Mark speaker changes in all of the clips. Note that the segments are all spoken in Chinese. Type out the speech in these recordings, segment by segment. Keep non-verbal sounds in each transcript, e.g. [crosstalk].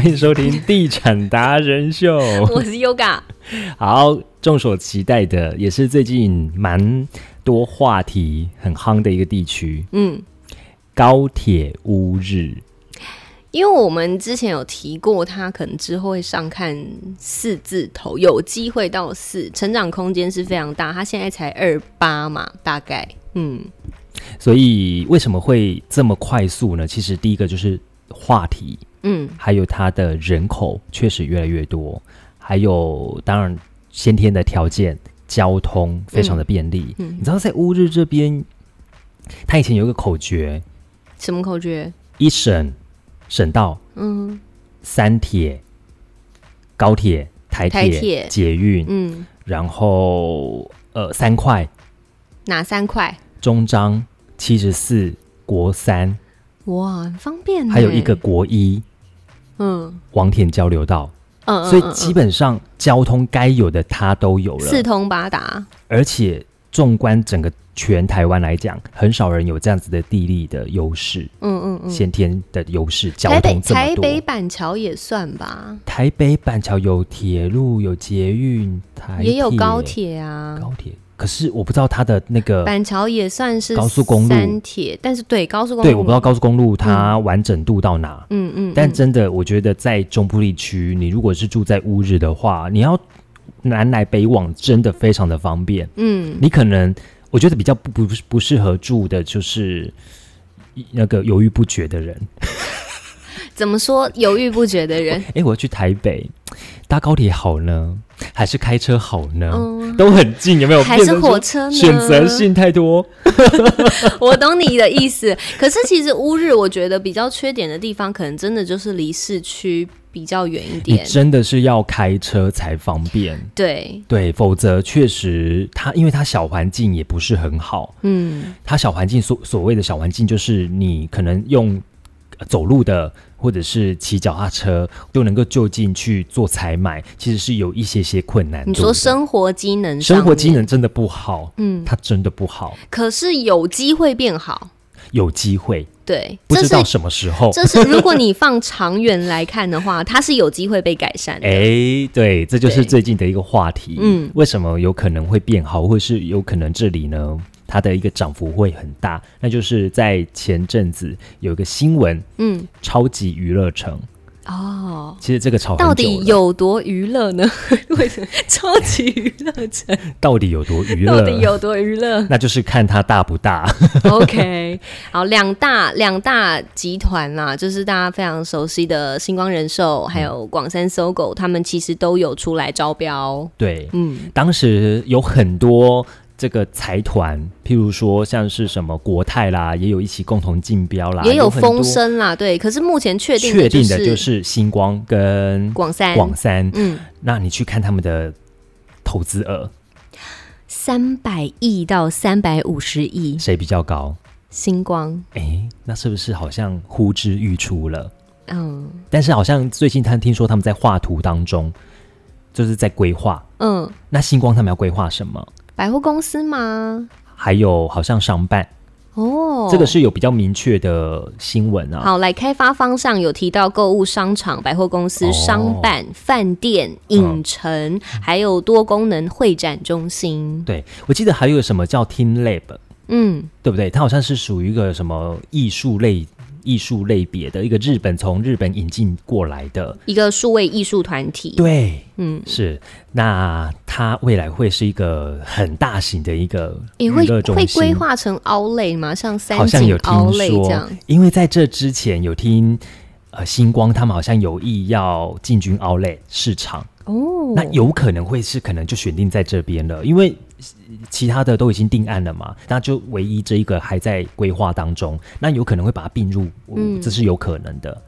Speaker 1: [laughs] 迎收听《地产达人秀》
Speaker 2: 我是 Yoga，
Speaker 1: 好，众所期待的，也是最近蛮多话题很夯的一个地区
Speaker 2: 嗯，
Speaker 1: ——高铁乌日。
Speaker 2: 因为我们之前有提过，它可能之后会上看四字头，有机会到四，成长空间是非常大。它现在才二八嘛，大概，嗯，
Speaker 1: 所以为什么会这么快速呢？其实第一个就是话题，
Speaker 2: 嗯，
Speaker 1: 还有它的人口确实越来越多，还有当然先天的条件，交通非常的便利。
Speaker 2: 嗯嗯
Speaker 1: 你知道在乌日这边，它以前有一个口诀：
Speaker 2: 什么口诀？
Speaker 1: 一省省道、
Speaker 2: 嗯
Speaker 1: 三铁、高铁、台
Speaker 2: 台铁
Speaker 1: 捷运，
Speaker 2: 嗯，
Speaker 1: 然后呃三块、
Speaker 2: 哪三块？
Speaker 1: 中章、七十四、国三，
Speaker 2: 哇，很方便呢。
Speaker 1: 还有一个国一
Speaker 2: 嗯，
Speaker 1: 网田交流道。
Speaker 2: 嗯嗯，
Speaker 1: 所以
Speaker 2: 嗯
Speaker 1: 基本上交通该有的它都有
Speaker 2: 嗯
Speaker 1: 了，
Speaker 2: 四通八达，
Speaker 1: 而且纵观整个全台湾来讲，很少人有这样子的地利的优势，
Speaker 2: 嗯嗯嗯。
Speaker 1: 先天的优势，交
Speaker 2: 台北
Speaker 1: 通这么
Speaker 2: 台
Speaker 1: 多。
Speaker 2: 北板桥也算吧，
Speaker 1: 台北板桥有铁路，有捷运，台
Speaker 2: 也有高、呃铁啊，
Speaker 1: 高铁。可是我不知道它的那个，
Speaker 2: 板桥也算是
Speaker 1: 高速公路
Speaker 2: 三铁，但是对高速公路，
Speaker 1: 对，我不知道高速公路它完整度到哪。
Speaker 2: 嗯嗯，
Speaker 1: 但
Speaker 2: 嗯
Speaker 1: 真的，我觉得在中部地区，你如果是住在乌日的话，你要南来北往，真的非常的方便。
Speaker 2: 嗯
Speaker 1: 你可能我觉得比较不不不适合住的就是那个犹豫不决的人。
Speaker 2: 怎么说犹豫不决的
Speaker 1: [laughs]
Speaker 2: 人，
Speaker 1: 诶，我要去台北，搭高铁好呢，还是开车好呢？
Speaker 2: 嗯，
Speaker 1: 都很近，有没有？
Speaker 2: 还
Speaker 1: 变
Speaker 2: 是
Speaker 1: 成
Speaker 2: 火
Speaker 1: 说
Speaker 2: 车呢？
Speaker 1: 选择，性太多。
Speaker 2: [laughs] 我懂你的意思。可是其实乌日，我觉得比较缺点的地方，可能真的就是离市区比较远一
Speaker 1: 你
Speaker 2: 点。
Speaker 1: 真的是要开车才方便，
Speaker 2: 对，
Speaker 1: 对，否则确实它因为它小环境也不是很好。
Speaker 2: 嗯
Speaker 1: 它小环境所所谓的小环境，就是你可能用呃走路的或者是骑脚踏车就能够就近去做采买，其实是有一些些困难度的。
Speaker 2: 你说生活机能
Speaker 1: 生
Speaker 2: 上面，
Speaker 1: 活机能真的不好，
Speaker 2: 嗯，
Speaker 1: 它真的不好，
Speaker 2: 可是有机会变好，
Speaker 1: 有机会
Speaker 2: 对，
Speaker 1: 不
Speaker 2: 这
Speaker 1: 知
Speaker 2: 是
Speaker 1: 道什么时候。
Speaker 2: [laughs] 这是如果你放长远来看的话，它是有机会被改善
Speaker 1: [laughs]
Speaker 2: 的。
Speaker 1: 哎，对，这就是
Speaker 2: 对
Speaker 1: 最近的一个话题。
Speaker 2: 嗯
Speaker 1: 为什么有可能会变好，或是有可能这里呢？它的一个涨幅会很大，那就是在前阵子有一个新闻，
Speaker 2: 嗯，
Speaker 1: 超级娱乐城，
Speaker 2: 哦，
Speaker 1: 其实这个炒很久
Speaker 2: 到底
Speaker 1: 了
Speaker 2: 有多娱乐呢？ [laughs] 为什么超级娱乐城
Speaker 1: 到底有多娱乐？
Speaker 2: 到底有多娱乐
Speaker 1: [laughs] 那就是看它大不
Speaker 2: [laughs]
Speaker 1: 大。
Speaker 2: ？OK，好，两大两大集团啦、就是大家非常熟悉的星光人寿还有广山搜狗，他们其实都有出来招标。
Speaker 1: 对，
Speaker 2: 嗯
Speaker 1: 当时有很多这个财团，譬如说像是什么国泰啦，也有一起共同竞标啦，
Speaker 2: 也有
Speaker 1: 有很多
Speaker 2: 风。声啦，对。可是目前确定
Speaker 1: 确定的
Speaker 2: 就
Speaker 1: 就是是星光跟
Speaker 2: 广山，
Speaker 1: 广三，
Speaker 2: 嗯，
Speaker 1: 那你去看他们的投资额
Speaker 2: 三百亿到三百五十亿，
Speaker 1: 谁比较高？
Speaker 2: 星光，
Speaker 1: 哎，那是不是好像呼之欲出了？
Speaker 2: 嗯
Speaker 1: 但是好像最近他听说他们在画图当中，就是在规划。
Speaker 2: 嗯，
Speaker 1: 那星光他们要规划什么？
Speaker 2: 百货公司吗？
Speaker 1: 还有好像商办，
Speaker 2: 哦，
Speaker 1: 这个是有比较明确的新闻啊。
Speaker 2: 好，来开发方上有提到购物商场、百货公司、
Speaker 1: 哦嗯
Speaker 2: 商办、饭店、影城，还有多功能会展中心。
Speaker 1: 对，我记得还有什么叫 Team Lab，
Speaker 2: 嗯，
Speaker 1: 对不对？它好像是属于一个什么艺术类艺术类别的一个日本从日本引进过来的。
Speaker 2: 一个数位艺术团体。，
Speaker 1: 对，
Speaker 2: 嗯，
Speaker 1: 是。那它未来会是一个很大型的一个娱
Speaker 2: 也会
Speaker 1: 乐中
Speaker 2: 会规
Speaker 1: 心。
Speaker 2: 划成凹类吗？像
Speaker 1: 好
Speaker 2: 三
Speaker 1: 像
Speaker 2: 井
Speaker 1: 有
Speaker 2: 凹
Speaker 1: 听
Speaker 2: 类这样
Speaker 1: 说。，因为在这之前有听，呃，星光他们好像有意要进军 Outlet 市场，
Speaker 2: 哦，
Speaker 1: 那有可能会是可能就选定在这边了，因为呃其他的都已经定案了嘛，那就唯一这一个还在规划当中，那有可能会把它并入，我
Speaker 2: 嗯
Speaker 1: 这是有可能的。嗯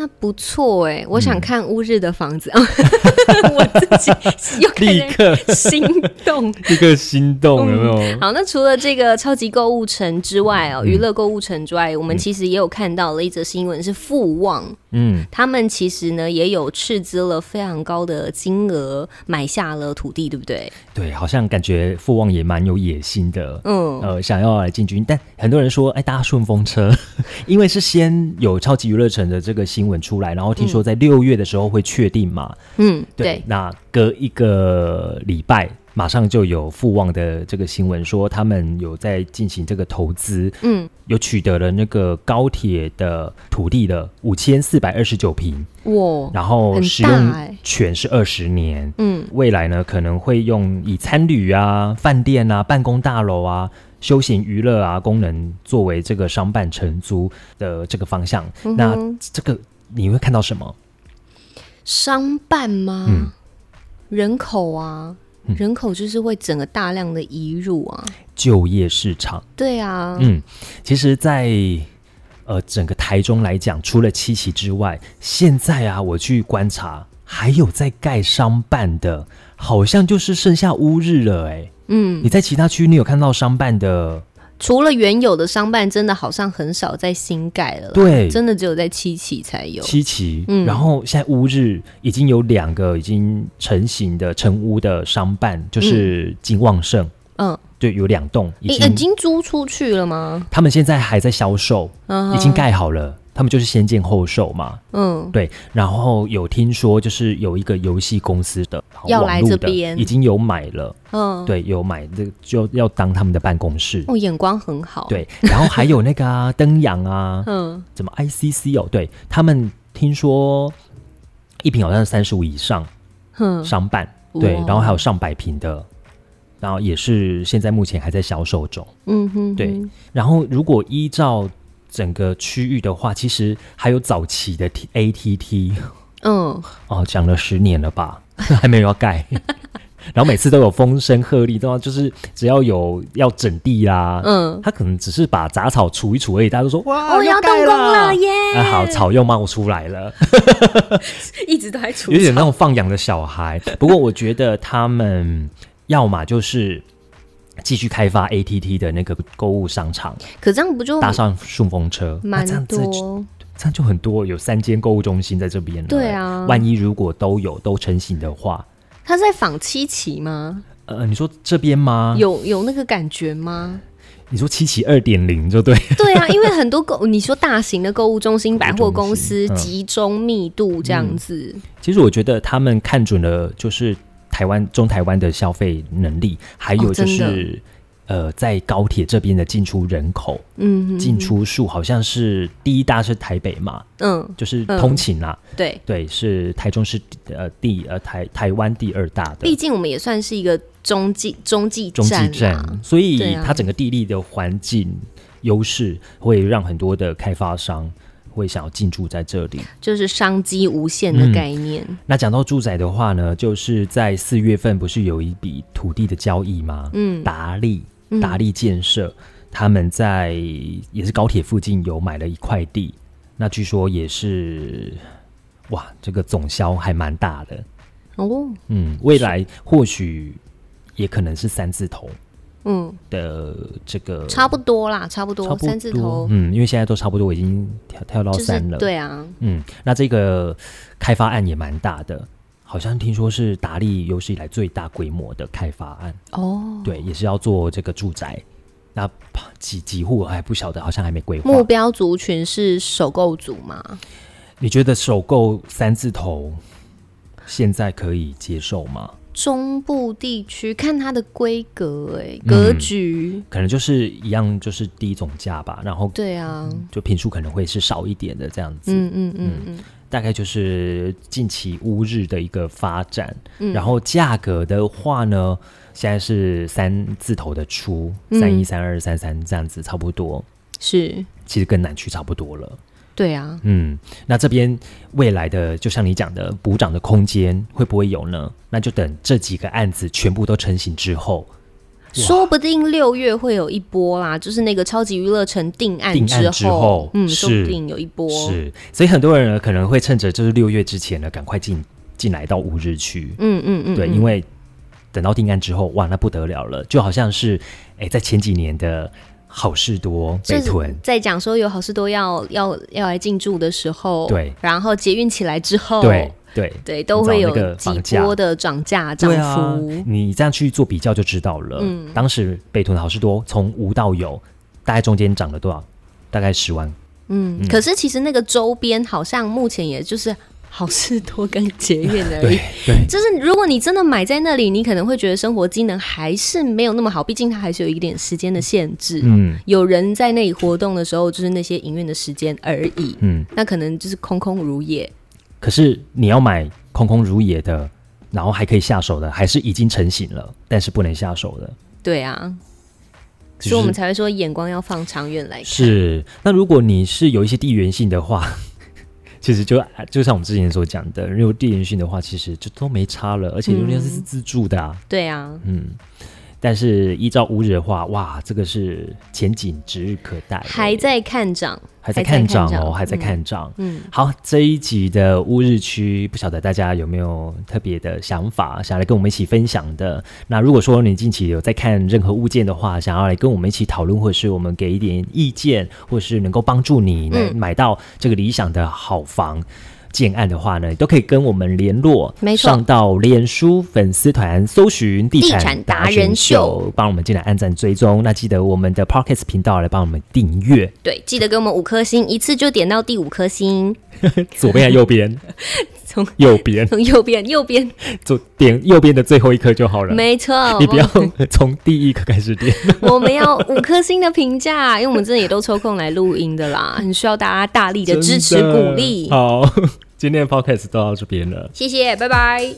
Speaker 2: 那不错哎，我想看乌日的房子。 [laughs] 我自己又
Speaker 1: 立
Speaker 2: 开
Speaker 1: 刻嗯
Speaker 2: 始心
Speaker 1: [laughs]
Speaker 2: 动。
Speaker 1: 立刻心动，有没有？
Speaker 2: 好，那除了这个超级购物城之外
Speaker 1: 嗯
Speaker 2: 哦，娱乐购物城之外，我们其实也有看到了一则新闻，是富旺
Speaker 1: 嗯，
Speaker 2: 他们其实呢也有斥资了非常高的金额买下了土地，对不对？
Speaker 1: 对，好像感觉父王也蛮有野心的。
Speaker 2: 嗯，
Speaker 1: 呃，想要来进军，但很多人说，哎，搭顺风车， [laughs] 因为是先有超级娱乐城的这个新闻出来，然后听说在六月的时候会确定嘛，
Speaker 2: 嗯，
Speaker 1: 对
Speaker 2: 对，，
Speaker 1: 那隔一个礼拜，马上就有富旺的这个新闻说，他们有在进行这个投资，
Speaker 2: 嗯，
Speaker 1: 有取得了那个高铁的土地的五千四百二十九平，
Speaker 2: 哇，
Speaker 1: 然后
Speaker 2: 很
Speaker 1: 使
Speaker 2: 大
Speaker 1: 用
Speaker 2: 欸
Speaker 1: 权是二十年。
Speaker 2: 嗯
Speaker 1: 未来呢，可能会用以餐旅啊、饭店啊、办公大楼啊、休闲娱乐啊功能作为这个商办承租的这个方向。
Speaker 2: 嗯哼
Speaker 1: 那这个你会看到什么？
Speaker 2: 商办吗？
Speaker 1: 嗯
Speaker 2: 人口啊，人口就是会整个大量的移入啊，
Speaker 1: 就业市场。
Speaker 2: 对啊，
Speaker 1: 嗯，其实在，呃整个台中来讲，除了七期之外，现在啊，我去观察，还有在盖商办的，好像就是剩下乌日了、欸。哎，
Speaker 2: 嗯，
Speaker 1: 你在其他区你有看到商办的？
Speaker 2: 除了原有的商办，真的好像很少在新盖了啦，
Speaker 1: 对
Speaker 2: 真的只有在七期才有，
Speaker 1: 七期，
Speaker 2: 嗯
Speaker 1: 然后现在乌日已经有两个已经成型的成屋的商办，就是金旺盛，
Speaker 2: 嗯，呃
Speaker 1: 对，有两栋已
Speaker 2: 已
Speaker 1: 经，
Speaker 2: 已经租出去了吗？
Speaker 1: 他们现在还在销售，
Speaker 2: 嗯哼
Speaker 1: 已经，盖好了，他们就是先建后售嘛，
Speaker 2: 嗯，
Speaker 1: 对，然后有听说就是有一个游戏公司的
Speaker 2: 要
Speaker 1: 网
Speaker 2: 来
Speaker 1: 络
Speaker 2: 这
Speaker 1: 的
Speaker 2: 边
Speaker 1: 已经有买了，
Speaker 2: 嗯，，
Speaker 1: 对，有买这个就要当他们的办公室，
Speaker 2: 哦，眼光很好，，
Speaker 1: 对，然后还有那个
Speaker 2: [laughs]
Speaker 1: 啊登阳啊，
Speaker 2: 嗯，
Speaker 1: 怎么 ICC 哦，对他们听说一瓶好像是三十五以上
Speaker 2: 哼，
Speaker 1: 商办，对，
Speaker 2: 嗯哇
Speaker 1: 然后还有上百瓶的，然后也是现在目前还在销售中。
Speaker 2: 嗯哼，
Speaker 1: 对，然后如果依照整个区域的话，其实还有早期的 T ATT
Speaker 2: 嗯，
Speaker 1: 哦，讲了十年了吧， [laughs] 还没有要盖。 [laughs] 然后每次都有风声鹤唳，都要就是只要有要整地啦，
Speaker 2: 嗯
Speaker 1: 他可能只是把杂草除一除而已，大家都说哇，
Speaker 2: 哦，要动
Speaker 1: 盖
Speaker 2: 工
Speaker 1: 啦
Speaker 2: 了耶！
Speaker 1: 啊，好，草又冒出来了，
Speaker 2: 一直都在出
Speaker 1: 有点那种放养的小
Speaker 2: [laughs]
Speaker 1: 孩。不过我觉得他们要么就是继续开发 ATT 的那个购物商场，
Speaker 2: 可这样不就
Speaker 1: 搭上顺风车，那
Speaker 2: 嗯蛮
Speaker 1: 这样子就
Speaker 2: 多？
Speaker 1: 这样就很多，有三间购物中心在这边了。
Speaker 2: 对啊
Speaker 1: 万一如果都有都成型的话，
Speaker 2: 他在仿七期吗？
Speaker 1: 呃，你说这边吗？，
Speaker 2: 有有那个感觉吗？
Speaker 1: 你说七七二点零就对， [laughs]
Speaker 2: 对啊，因为很多购，你说大型的购物中心、百货公司
Speaker 1: 嗯
Speaker 2: 集中密度这样子，
Speaker 1: 其实我觉得他们看准了，就是台湾中台湾的消费能力，还有
Speaker 2: 哦
Speaker 1: 就
Speaker 2: 真的
Speaker 1: 是、呃，在高铁这边的进出人口、
Speaker 2: 嗯哼，
Speaker 1: 进出数，好像是第一大是台北嘛，
Speaker 2: 嗯，
Speaker 1: 就是
Speaker 2: 嗯
Speaker 1: 通勤啦、
Speaker 2: 对，
Speaker 1: 对，是台中是呃第呃台台湾第二大
Speaker 2: 毕
Speaker 1: 的。
Speaker 2: 竟我们也算是一个中继中继
Speaker 1: 中继
Speaker 2: 站啊
Speaker 1: 站
Speaker 2: 啦，，
Speaker 1: 所以
Speaker 2: 对啊
Speaker 1: 它整个地利的环境优势会让很多的开发商会想要进驻在这里。
Speaker 2: 就是商机无限
Speaker 1: 嗯
Speaker 2: 的概念。
Speaker 1: 那讲到住宅的话呢，就是在四月份不是有一笔土地的交易吗？
Speaker 2: 嗯
Speaker 1: 达利达利建设，他们在也是高铁附近有买了一块地，那据说也是哇，这个总销还蛮大的，
Speaker 2: 哦，
Speaker 1: 嗯，未来或许也可能是三字头
Speaker 2: 嗯，
Speaker 1: 的这个
Speaker 2: 差不多啦，差不多
Speaker 1: 差不多
Speaker 2: 哦三字头，
Speaker 1: 嗯，因为现在都差不多已经跳跳到
Speaker 2: 就是
Speaker 1: 三了，
Speaker 2: 对啊，
Speaker 1: 嗯，那这个开发案也蛮大的，好像听说是达利有史以来最大规模的开发案，
Speaker 2: 哦，
Speaker 1: 对，也是要做这个住宅。那几几户还不晓得，好像还没规划
Speaker 2: 目。标族群是首购族嘛？
Speaker 1: 你觉得首购三字头现在可以接受吗？
Speaker 2: 中部地区看它的规格、哎，
Speaker 1: 嗯
Speaker 2: 格局，
Speaker 1: 可能就是一样，就是低总价吧，然后
Speaker 2: 对啊，
Speaker 1: 就平数可能会是少一点的这样子。
Speaker 2: 嗯嗯嗯嗯，
Speaker 1: 大概就是近期乌日的一个发展。然后价格的话呢，现在是三字头的出，
Speaker 2: 嗯
Speaker 1: 三一、三二、三三这样子差不多。
Speaker 2: 是，
Speaker 1: 其实跟南区差不多了，
Speaker 2: 对啊，
Speaker 1: 嗯，那这边未来的就像你讲的补涨的空间会不会有呢？那就等这几个案子全部都成型之后，
Speaker 2: 说不定六月会有一波啦，就是那个超级娱乐城定案
Speaker 1: 定
Speaker 2: 之
Speaker 1: 案
Speaker 2: 后，
Speaker 1: 之后
Speaker 2: 嗯，
Speaker 1: 是
Speaker 2: 说不定有一波，
Speaker 1: 是，所以很多人呢可能会趁着就是六月之前呢赶快进进来到乌日区。
Speaker 2: 嗯嗯嗯，
Speaker 1: 对，
Speaker 2: 嗯
Speaker 1: 因为等到定案之后，哇，那不得了了，就好像是哎、在前几年的好事多
Speaker 2: 就
Speaker 1: 北
Speaker 2: 是
Speaker 1: 屯，
Speaker 2: 在讲说有好事多要要要来进驻的时候，
Speaker 1: 对，
Speaker 2: 然后捷运起来之后，
Speaker 1: 对对
Speaker 2: 对，都会有
Speaker 1: 你知道那个
Speaker 2: 几
Speaker 1: 房价
Speaker 2: 波的涨价涨
Speaker 1: 对啊
Speaker 2: 幅，，
Speaker 1: 你这样去做比较就知道了。
Speaker 2: 嗯
Speaker 1: 当时北屯的好事多从无到有，大概中间涨了多少？大概十万。
Speaker 2: 嗯，可是其实那个周边好像目前也就是好事多跟捷运而已。
Speaker 1: [laughs] 对，
Speaker 2: 就是如果你真的买在那里，你可能会觉得生活机能还是没有那么好，毕竟它还是有一点时间的限制。
Speaker 1: 嗯
Speaker 2: 有人在那里活动的时候，就是那些营运的时间而已，
Speaker 1: 嗯。
Speaker 2: 那可能就是空空如也。
Speaker 1: 可是你要买空空如也的，然后还可以下手的，还是已经成型了，但是不能下手的。
Speaker 2: 对啊，
Speaker 1: 就是
Speaker 2: 所以我们才会说眼光要放长远来看。
Speaker 1: 是，那如果你是有一些地缘性的话， [laughs] 其实就就像我们之前所讲的，如果地缘性的话，其实就都没差了，而且
Speaker 2: 嗯
Speaker 1: 尤其是自助的、啊，
Speaker 2: 对啊，
Speaker 1: 嗯但是依照五日的话，哇，这个是前景指日可待，
Speaker 2: 还在看涨，
Speaker 1: 还在看涨哦，还
Speaker 2: 还
Speaker 1: 在
Speaker 2: 在看
Speaker 1: 看涨。
Speaker 2: 嗯，
Speaker 1: 好，这一集的乌日区，不晓得大家有没有特别的想法，想来跟我们一起分享的？那如果说你近期有在看任何物件的话，想要来跟我们一起讨论，或者是我们给一点意见，或者是能够帮助你能
Speaker 2: 嗯
Speaker 1: 买到这个理想的好房。建案的话呢，都可以跟我们联络，
Speaker 2: 嗯没错
Speaker 1: 上到脸书粉丝团搜寻“地
Speaker 2: 地
Speaker 1: 产
Speaker 2: 产达
Speaker 1: 达人
Speaker 2: 人
Speaker 1: 秀
Speaker 2: 秀”，
Speaker 1: 帮我们进来按赞追踪。那记得我们的 Podcast 频道来帮我们订阅，
Speaker 2: 对，记得给我们五颗星，一次就点到第五颗星， [laughs]
Speaker 1: 左边还右边？
Speaker 2: 从
Speaker 1: 右边。
Speaker 2: 从右边，右边，
Speaker 1: 就点右边的最后一颗就好了。
Speaker 2: 没错，
Speaker 1: 你不要从第一颗开始
Speaker 2: [laughs]
Speaker 1: 点。
Speaker 2: 我们要五颗星的评价，因为我们真的也都抽空来录音的啦，很需要大家大力的支持
Speaker 1: 真的
Speaker 2: 鼓励。
Speaker 1: 好，今天的 podcast 都到这边了。
Speaker 2: 谢谢，拜拜。